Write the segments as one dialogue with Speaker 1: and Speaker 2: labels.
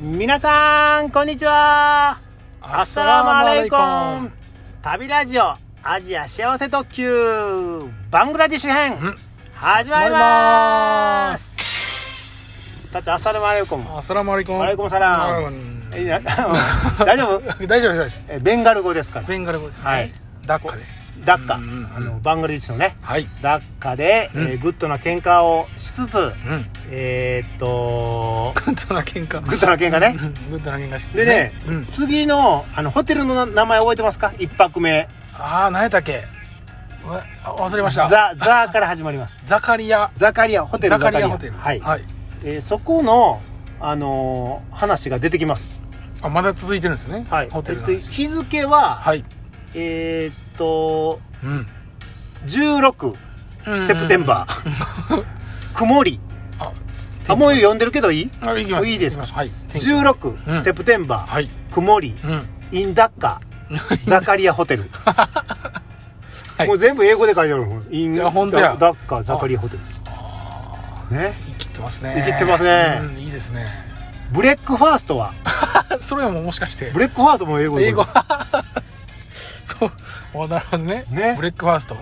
Speaker 1: 皆さんこんにちはア
Speaker 2: ア
Speaker 1: ッ
Speaker 2: ッ
Speaker 1: サ
Speaker 2: サ
Speaker 1: ラ
Speaker 2: ラ
Speaker 1: マ
Speaker 2: ムア
Speaker 1: レ
Speaker 2: レ
Speaker 1: イ
Speaker 2: イ
Speaker 1: コ
Speaker 2: コ
Speaker 1: ン
Speaker 2: ン
Speaker 1: 旅ラジオアジア幸せ特急バングラディッシュ編始まりますたっちゃんアッサラマレイコン
Speaker 2: アッサラムアレイコン。
Speaker 1: アレイコンサラー
Speaker 2: うん
Speaker 1: いや大丈夫
Speaker 2: 大丈夫です。
Speaker 1: えベンガル語ですから
Speaker 2: ベンガル語ですね。
Speaker 1: はい。
Speaker 2: ダッカで。
Speaker 1: ダッカ
Speaker 2: うんうんうん
Speaker 1: あのバングラディッシュのね
Speaker 2: はい。
Speaker 1: ダッカで、えーグッドな喧嘩をしつつ、
Speaker 2: うん。
Speaker 1: えーっと
Speaker 2: グッドな喧嘩。
Speaker 1: グッドな喧嘩ね
Speaker 2: うんグッドな喧嘩して
Speaker 1: でね、
Speaker 2: うん。
Speaker 1: 次のあのホテルのな名前覚えてますか一泊目
Speaker 2: ああ、何やったっけうわあ忘れました。
Speaker 1: ザ・ザから始まります
Speaker 2: ザカリア。
Speaker 1: ザカリアホテル
Speaker 2: ザカリアホテル。
Speaker 1: はい、
Speaker 2: はい。
Speaker 1: えーそこの、あのー話が出てきます
Speaker 2: あ、まだ続いてるんですね。
Speaker 1: はい
Speaker 2: ホテルの
Speaker 1: えっ
Speaker 2: 話。
Speaker 1: と、日付は、
Speaker 2: はい。
Speaker 1: えーっと
Speaker 2: うん。
Speaker 1: 16セプテンバー 曇り
Speaker 2: あ
Speaker 1: あもう読んでるけどいい
Speaker 2: あ、行きます。
Speaker 1: いいですか
Speaker 2: 行きまはい。天気
Speaker 1: 16、
Speaker 2: うん
Speaker 1: セプテンバー、
Speaker 2: はい。
Speaker 1: 曇り
Speaker 2: うん。
Speaker 1: インダッカザカリアホテル、
Speaker 2: い
Speaker 1: もう全部英語で書いてあるもんイン
Speaker 2: いやほんとや
Speaker 1: ダッカザカリアホテルね
Speaker 2: 生きてますね。
Speaker 1: 生きてますね
Speaker 2: うん、いいですね。
Speaker 1: ブレックファーストは
Speaker 2: それはもうもしかして
Speaker 1: ブ。レックファーストも英語で
Speaker 2: 英語。 そう。あなるほどね。
Speaker 1: ね
Speaker 2: ブレックファースト。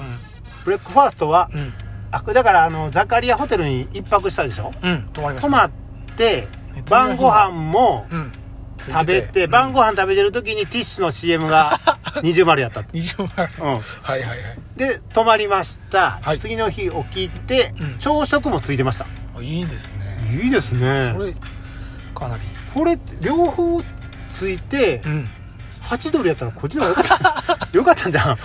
Speaker 1: ブレックファーストは、
Speaker 2: うん。うん。
Speaker 1: あだからあのザカリアホテルに一泊したでしょ
Speaker 2: うん。泊まりました。
Speaker 1: 泊まって
Speaker 2: ね
Speaker 1: 晩ご飯も
Speaker 2: うん。つい
Speaker 1: 食べて晩ご飯食べてる時にティッシュの CM が二重丸やったって、
Speaker 2: 二重丸。
Speaker 1: うん、
Speaker 2: はいはいはい
Speaker 1: で泊まりました、
Speaker 2: はい
Speaker 1: 次の日起きて、
Speaker 2: うん
Speaker 1: 朝食もついてました
Speaker 2: あ。いいですね。
Speaker 1: いいですね
Speaker 2: これ、かなり。
Speaker 1: これ両方ついて
Speaker 2: うん。
Speaker 1: 8ドルやったらこっちの方がよかった よかったんじ ゃん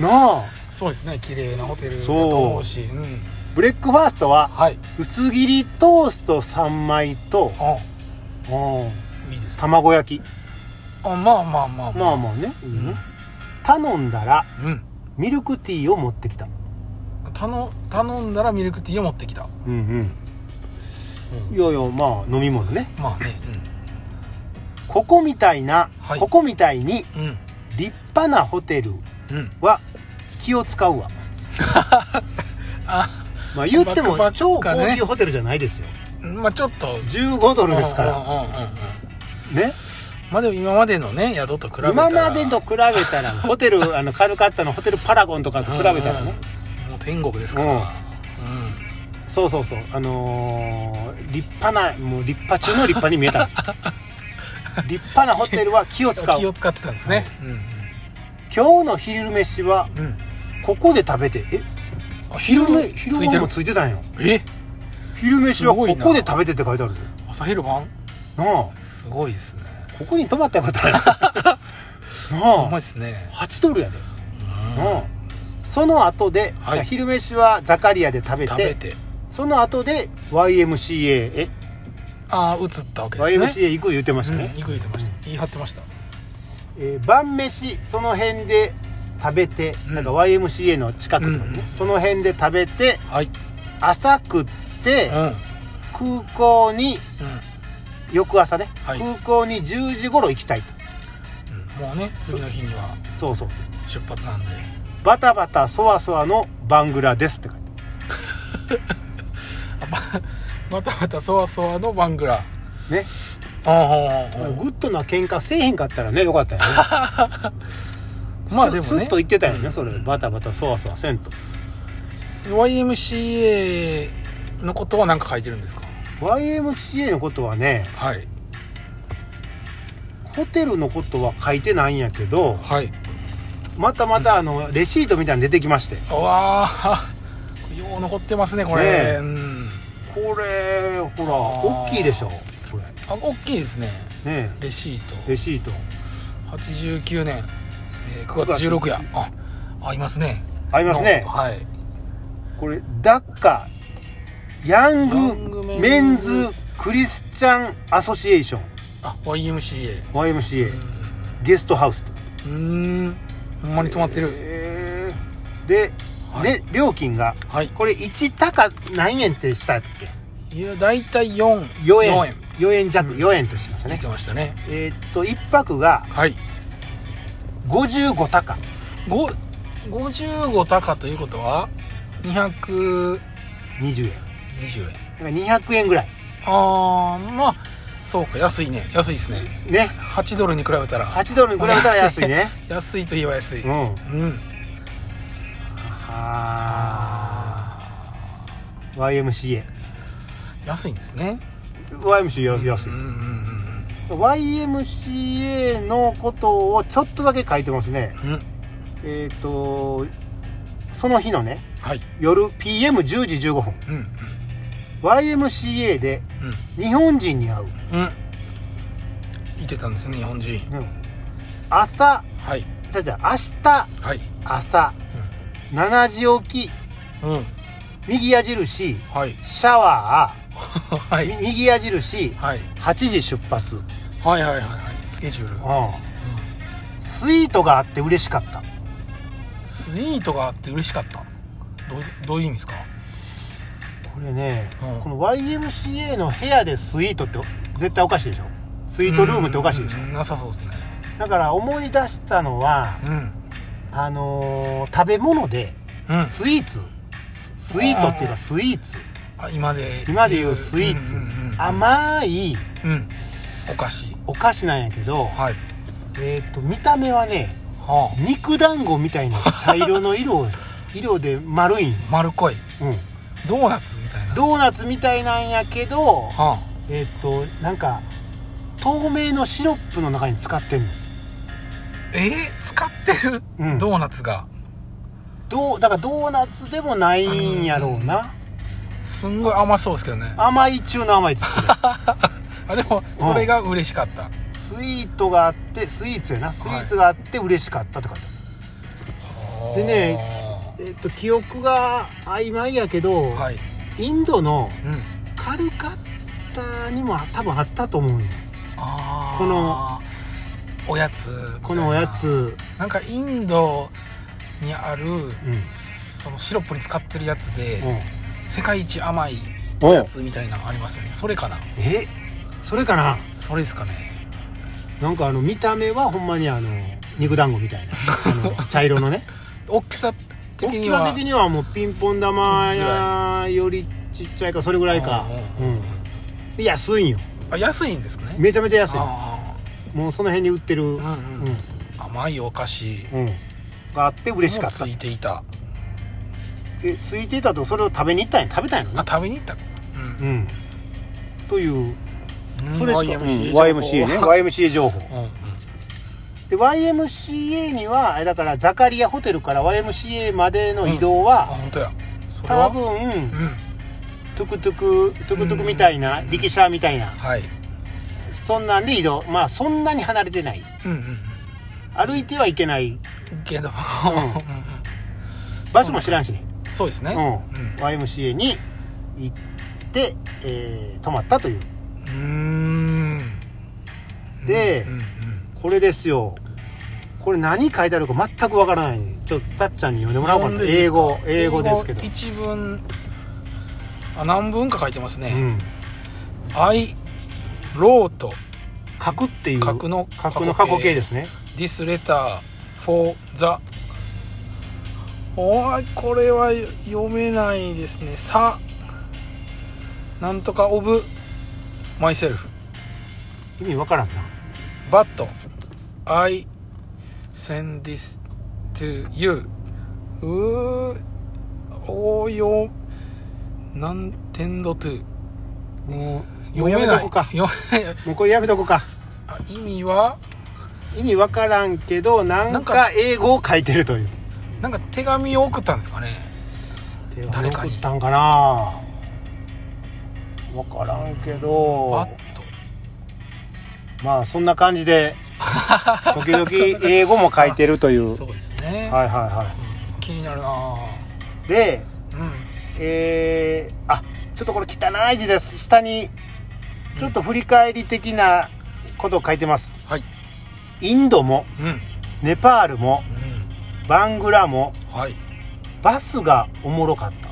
Speaker 1: なあ
Speaker 2: そうですね。綺麗なホテルだ
Speaker 1: そう
Speaker 2: と思うし。うん。
Speaker 1: ブレックファーストは
Speaker 2: はい。
Speaker 1: 薄切りトースト3枚と
Speaker 2: あ、
Speaker 1: うん
Speaker 2: いいですね。
Speaker 1: 卵焼き
Speaker 2: あ、まあまあまあ
Speaker 1: ま
Speaker 2: あ。
Speaker 1: あまあね、頼んだら
Speaker 2: うん。
Speaker 1: ミルクティーを持ってきた
Speaker 2: 頼頼んだらミルクティーを持ってきた。
Speaker 1: うんうんいやいやまあ飲み物ね
Speaker 2: まあね。
Speaker 1: ここみたいな、
Speaker 2: はい
Speaker 1: ここみたいに
Speaker 2: うん。うん。
Speaker 1: 立派なホテル
Speaker 2: うん。
Speaker 1: は気を使うわ
Speaker 2: あ
Speaker 1: まあ言っても
Speaker 2: バック
Speaker 1: 超
Speaker 2: パッカーね
Speaker 1: 高級ホテルじゃないですよ
Speaker 2: まあちょっと。
Speaker 1: 15ドルですか
Speaker 2: うん
Speaker 1: ら
Speaker 2: うんうんうん。
Speaker 1: ね
Speaker 2: まあでも今までのね宿と比べたら
Speaker 1: 今までと比べたらホテルあのカルカッタのホテルパラゴンとかと比べたらね、
Speaker 2: うんもう天国ですから、
Speaker 1: うん
Speaker 2: う
Speaker 1: そうそうそうあのー立派なもう立派中の立派に見えた 立派なホテルは気を使
Speaker 2: ん、気
Speaker 1: う
Speaker 2: を使ってたんですね、
Speaker 1: 今日の昼飯は
Speaker 2: うんうんうん
Speaker 1: ここで食べてえ
Speaker 2: あ
Speaker 1: 昼め
Speaker 2: つ
Speaker 1: 昼
Speaker 2: いて
Speaker 1: 間
Speaker 2: る
Speaker 1: もついてたんよ
Speaker 2: え
Speaker 1: 昼飯は
Speaker 2: すご
Speaker 1: こ
Speaker 2: いな
Speaker 1: こで食べてって書いてあるで
Speaker 2: 朝昼晩
Speaker 1: なあ
Speaker 2: すごいですね
Speaker 1: ここに泊まったこと ないな
Speaker 2: うまい
Speaker 1: あ
Speaker 2: ですね
Speaker 1: 8ドルやで
Speaker 2: うん
Speaker 1: なあその後で、
Speaker 2: はい
Speaker 1: 昼飯はザカリアで食べて
Speaker 2: 食べて
Speaker 1: その後で YMCA え、
Speaker 2: ああ映ったわけですね
Speaker 1: YMCA 行く言ってましたね、
Speaker 2: うん肉言ってました、言い張ってました
Speaker 1: えー晩飯その辺で食べて、なんか YMCA の近くとかね、
Speaker 2: うんうん
Speaker 1: その辺で食べて
Speaker 2: はい
Speaker 1: 朝食って
Speaker 2: うんうん
Speaker 1: 空港に翌朝ね、
Speaker 2: はい
Speaker 1: 空港に10時頃行きたいと
Speaker 2: うんもうね次の日には
Speaker 1: そうそうそう
Speaker 2: 出発なんで
Speaker 1: バタバタそわそわのバングラですって書いてあ
Speaker 2: あばまたまたそわそわのバングラ
Speaker 1: るね、
Speaker 2: うんうんうんうん
Speaker 1: グッドな喧嘩せえへんかったらねよかったよね
Speaker 2: まあでもね
Speaker 1: スッと言ってたよねそれバタバタそわそわせんと
Speaker 2: YMCA のことは何か書いてるんですか
Speaker 1: YMCA のことはね
Speaker 2: はい
Speaker 1: ホテルのことは書いてないんやけど
Speaker 2: はい
Speaker 1: またまたあのレシートみたいに出てきまして
Speaker 2: うわあよう残ってますねこれ、
Speaker 1: ねえ
Speaker 2: うん
Speaker 1: これほら
Speaker 2: あ
Speaker 1: 大
Speaker 2: ー
Speaker 1: きいでしょこ
Speaker 2: あ大きいですね
Speaker 1: れね
Speaker 2: レシー
Speaker 1: えレシート
Speaker 2: ト89年、えー、9月16やあ合いますね
Speaker 1: ありますね
Speaker 2: ノートはい
Speaker 1: これダッカヤン
Speaker 2: ヤング
Speaker 1: グメ
Speaker 2: メ
Speaker 1: ン
Speaker 2: ン
Speaker 1: ズ
Speaker 2: ズ
Speaker 1: クリスチャンアソシエーション
Speaker 2: あ YMCA
Speaker 1: YMCA ゲストハウスと
Speaker 2: うーんほんまに止まってる、
Speaker 1: えーで、
Speaker 2: はい
Speaker 1: ね料金が、
Speaker 2: はい
Speaker 1: これ1高何円ってしたっけ
Speaker 2: いや大体4
Speaker 1: 4円
Speaker 2: 四
Speaker 1: ,4 円弱、4円としました
Speaker 2: 出
Speaker 1: ね
Speaker 2: てましたね
Speaker 1: えーっと1泊が
Speaker 2: はい
Speaker 1: 55高
Speaker 2: ご55高ということは
Speaker 1: 20円
Speaker 2: 220円
Speaker 1: だから200円ぐらい
Speaker 2: あーまあそうか安いね安いですね
Speaker 1: ね
Speaker 2: 8ドルに比べたら
Speaker 1: 8ドルに比べたら安いね
Speaker 2: 安いといえば安い
Speaker 1: うんは
Speaker 2: うん
Speaker 1: あ YMCA
Speaker 2: 安いんですね
Speaker 1: YMCA 安い
Speaker 2: うんうん
Speaker 1: YMCA のことをちょっとだけ書いてますね
Speaker 2: うんうん
Speaker 1: えっ、とその日のね
Speaker 2: はい
Speaker 1: 夜 PM10 時15分
Speaker 2: うんうん
Speaker 1: YMCA で日本人に会う、
Speaker 2: うんうんいてたんですね日本人
Speaker 1: 朝
Speaker 2: はい
Speaker 1: じゃじゃ明日
Speaker 2: はい
Speaker 1: 朝、7時起き
Speaker 2: うん
Speaker 1: 右矢印
Speaker 2: はい
Speaker 1: シャワ
Speaker 2: は
Speaker 1: ー、
Speaker 2: い
Speaker 1: み右矢印
Speaker 2: はい
Speaker 1: 8時出発、うん
Speaker 2: はいはいはいはいスケジュール
Speaker 1: スイートがあって嬉しかった
Speaker 2: スイートがあって嬉しかったどういうどういう意味ですか
Speaker 1: これね、
Speaker 2: うん
Speaker 1: この YMCA の部屋でスイートって絶対おかしいでしょスイートルームっておかしいでしょ、
Speaker 2: うんなさそうですね
Speaker 1: だから思い出したのは
Speaker 2: うん
Speaker 1: あのー食べ物で
Speaker 2: うん
Speaker 1: スイーツススイートっていうかスイーツ
Speaker 2: あ今で
Speaker 1: 今で言うスイーツ、
Speaker 2: うんうんうん
Speaker 1: 甘い
Speaker 2: うんお菓子
Speaker 1: お菓子なんやけど、
Speaker 2: はい
Speaker 1: えー、と見た目はね
Speaker 2: はあ
Speaker 1: 肉団子みたいな茶色の色を色で丸いん、うん、
Speaker 2: 丸っこいドーナツみたいな
Speaker 1: ドーナツみたいなんやけど
Speaker 2: は
Speaker 1: えっ、となんか透明のシロップの中に使ってんの
Speaker 2: あえー、使ってる、
Speaker 1: うん
Speaker 2: ドーナツが
Speaker 1: どうだからドーナツでもないんやろうな
Speaker 2: すんごい甘そうですけどね
Speaker 1: 甘い中の甘いですこれ
Speaker 2: あでもそれが嬉しかった、
Speaker 1: スイートがあってスイーツやなスイーツがあって嬉しかったとか、でねえっ、と記憶が曖昧やけど、
Speaker 2: はい
Speaker 1: インドの
Speaker 2: うん
Speaker 1: カルカッタにも多分あったと思うんよ
Speaker 2: あー
Speaker 1: この
Speaker 2: おやつみたいな
Speaker 1: このおやつ、
Speaker 2: なんかインドにある、
Speaker 1: うん
Speaker 2: そのシロップに使ってるやつで、
Speaker 1: うん
Speaker 2: 世界一甘い
Speaker 1: お
Speaker 2: やつみたいなのありますよねそれかな
Speaker 1: えそれかな
Speaker 2: それですかね
Speaker 1: なんかあの見た目はほんまにあの肉団子みたいなあの茶色のね
Speaker 2: 大きさ的
Speaker 1: 大
Speaker 2: に
Speaker 1: き
Speaker 2: は
Speaker 1: さ的にはもうピンポン玉やよりちっちゃいかそれぐらいか
Speaker 2: う
Speaker 1: うんで安いんよ
Speaker 2: あ安いんですかね
Speaker 1: めちゃめちゃ安い
Speaker 2: あ
Speaker 1: もうその辺に売ってるう
Speaker 2: ー
Speaker 1: ん
Speaker 2: うんうん、甘いお菓子
Speaker 1: うんがあって嬉しかった
Speaker 2: もついていた
Speaker 1: えついていたとそれを食べに行ったんや食べたんやろ
Speaker 2: あ
Speaker 1: な
Speaker 2: 食べに行った
Speaker 1: うんという
Speaker 2: うん
Speaker 1: それしかうん
Speaker 2: YMCA
Speaker 1: YMCA
Speaker 2: 情報
Speaker 1: ね YMCA 情報
Speaker 2: うんうん
Speaker 1: で YMCA にはえだからザカリアホテルから YMCA までの移動は
Speaker 2: あ、本当やそれ
Speaker 1: 多
Speaker 2: は
Speaker 1: 分
Speaker 2: うん
Speaker 1: トゥクトゥクトゥクトゥクみたいな力車みたいな
Speaker 2: はい
Speaker 1: そんなんで移動まあそんなに離れてない
Speaker 2: うんうん
Speaker 1: 歩いてはいけない
Speaker 2: うんけど、
Speaker 1: ん
Speaker 2: うん
Speaker 1: 場所も知らんしね、
Speaker 2: うん そうですね
Speaker 1: うん YMCA に行って、えー泊まったという
Speaker 2: うんうーん
Speaker 1: で、
Speaker 2: うんうん
Speaker 1: これですよこれ何書いてあるか全くわからないちょっとたっちゃんに読んでもらおうかな
Speaker 2: なんでで
Speaker 1: 英
Speaker 2: すか
Speaker 1: 語英語ですけど
Speaker 2: 英語一文あ何文か書いてます
Speaker 1: う
Speaker 2: ね
Speaker 1: ん
Speaker 2: 「I ロート
Speaker 1: 書くっていう
Speaker 2: 書くの
Speaker 1: 書くの過去形ですね
Speaker 2: This letter for the おーいこれは読めないですねさなんとか of myself
Speaker 1: 意味わからんな
Speaker 2: but I send this to you うーおーよなんテンド to
Speaker 1: もうもう
Speaker 2: 読
Speaker 1: やめ
Speaker 2: め
Speaker 1: と
Speaker 2: ない
Speaker 1: こうか
Speaker 2: 読めない
Speaker 1: もうこれやめとこうか
Speaker 2: あ意味は
Speaker 1: 意味わからんけどな
Speaker 2: なんんか
Speaker 1: か英語を書いてるという
Speaker 2: なんか手紙を送ったんですかね
Speaker 1: 誰
Speaker 2: 誰
Speaker 1: か
Speaker 2: か
Speaker 1: 送
Speaker 2: に
Speaker 1: ったんかな分からんけど
Speaker 2: バッと
Speaker 1: まあそんな感じ で時々英語も書いてるという
Speaker 2: そうですね、
Speaker 1: はいはいは
Speaker 2: 気になるなぁ
Speaker 1: いで
Speaker 2: うん
Speaker 1: えー、あちょっとこれ汚い字です下にちょっと振り返り的なことを書いてます
Speaker 2: はい
Speaker 1: インドも
Speaker 2: うんう
Speaker 1: ネパールも
Speaker 2: ん
Speaker 1: バングラも
Speaker 2: はい
Speaker 1: バスがおもろかった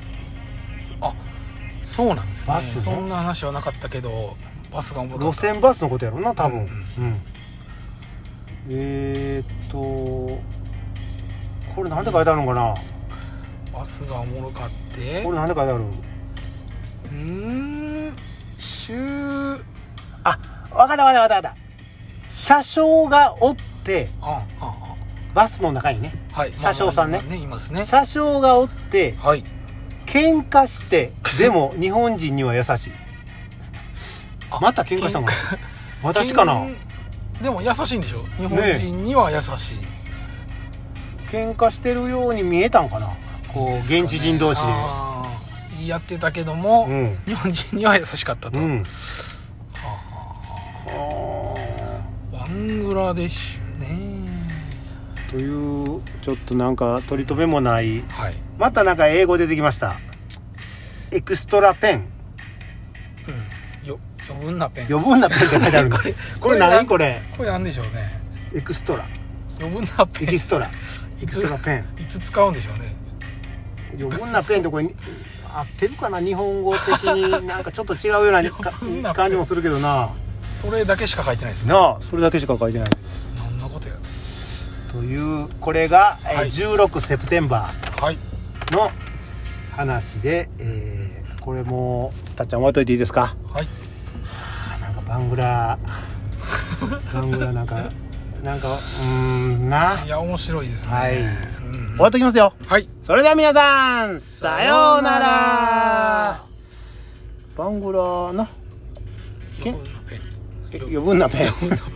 Speaker 2: そうなんですね
Speaker 1: バスね
Speaker 2: そんな話はなかったけどバスがおもろ
Speaker 1: 路
Speaker 2: かった
Speaker 1: 線バスのことやろな多分、
Speaker 2: う
Speaker 1: うんんえー、っとこれなんで書いてあるのかな、
Speaker 2: バスがおもろかって
Speaker 1: こ
Speaker 2: う
Speaker 1: れなんで書いてある
Speaker 2: ーん週
Speaker 1: あわかったわかったわかった。車掌がおって、
Speaker 2: うんうんうん
Speaker 1: バスの中にね、
Speaker 2: はい
Speaker 1: 車掌さんね
Speaker 2: まあまあねいますね
Speaker 1: 車掌がおって、
Speaker 2: はい
Speaker 1: 喧嘩して、で も日本人には優しい。
Speaker 2: あ
Speaker 1: また喧嘩したのかな
Speaker 2: 喧嘩
Speaker 1: 私かな
Speaker 2: 喧でも優しいんでしょ日本人には優しい、
Speaker 1: 喧嘩してるように見えたんかなこう、現地人同士で。
Speaker 2: あー言い合ってたけども、
Speaker 1: うん
Speaker 2: 日本人には優しかったと、
Speaker 1: うん。
Speaker 2: バングラデシュね
Speaker 1: という、ちょっとなんか取り留めもない。
Speaker 2: はい
Speaker 1: またなんか英語出てきました。エクストラペン。
Speaker 2: よ余分なペン
Speaker 1: 余分なペンって書いてあるの。
Speaker 2: これ
Speaker 1: これ何こ
Speaker 2: こ
Speaker 1: れ。
Speaker 2: これなんでしょうね
Speaker 1: エクストラ。
Speaker 2: 余分なペ
Speaker 1: エ
Speaker 2: ン
Speaker 1: キ
Speaker 2: い
Speaker 1: ス トラ。エキストラペン。
Speaker 2: つ使うんでしょうね
Speaker 1: 余分なペンとこれ合ってるかな日本語的になんかちょっと違うよう なか
Speaker 2: 分なペン
Speaker 1: 感じもするけどな
Speaker 2: それだけしか書いてないですね
Speaker 1: なあそれだけしか書いてない
Speaker 2: 何のことや
Speaker 1: というこれが、えー
Speaker 2: はい
Speaker 1: 16セプテンバ
Speaker 2: はい
Speaker 1: ーの話で、えーこれもたっちゃん覚えといていいですか
Speaker 2: はい
Speaker 1: あなんかバング ラバングラなんかなんかうーんない
Speaker 2: や面白いですね
Speaker 1: はい
Speaker 2: うん
Speaker 1: 終わっときますよ
Speaker 2: はい
Speaker 1: それでは皆さんさようならバングラな
Speaker 2: 余分なペン
Speaker 1: え余分なペン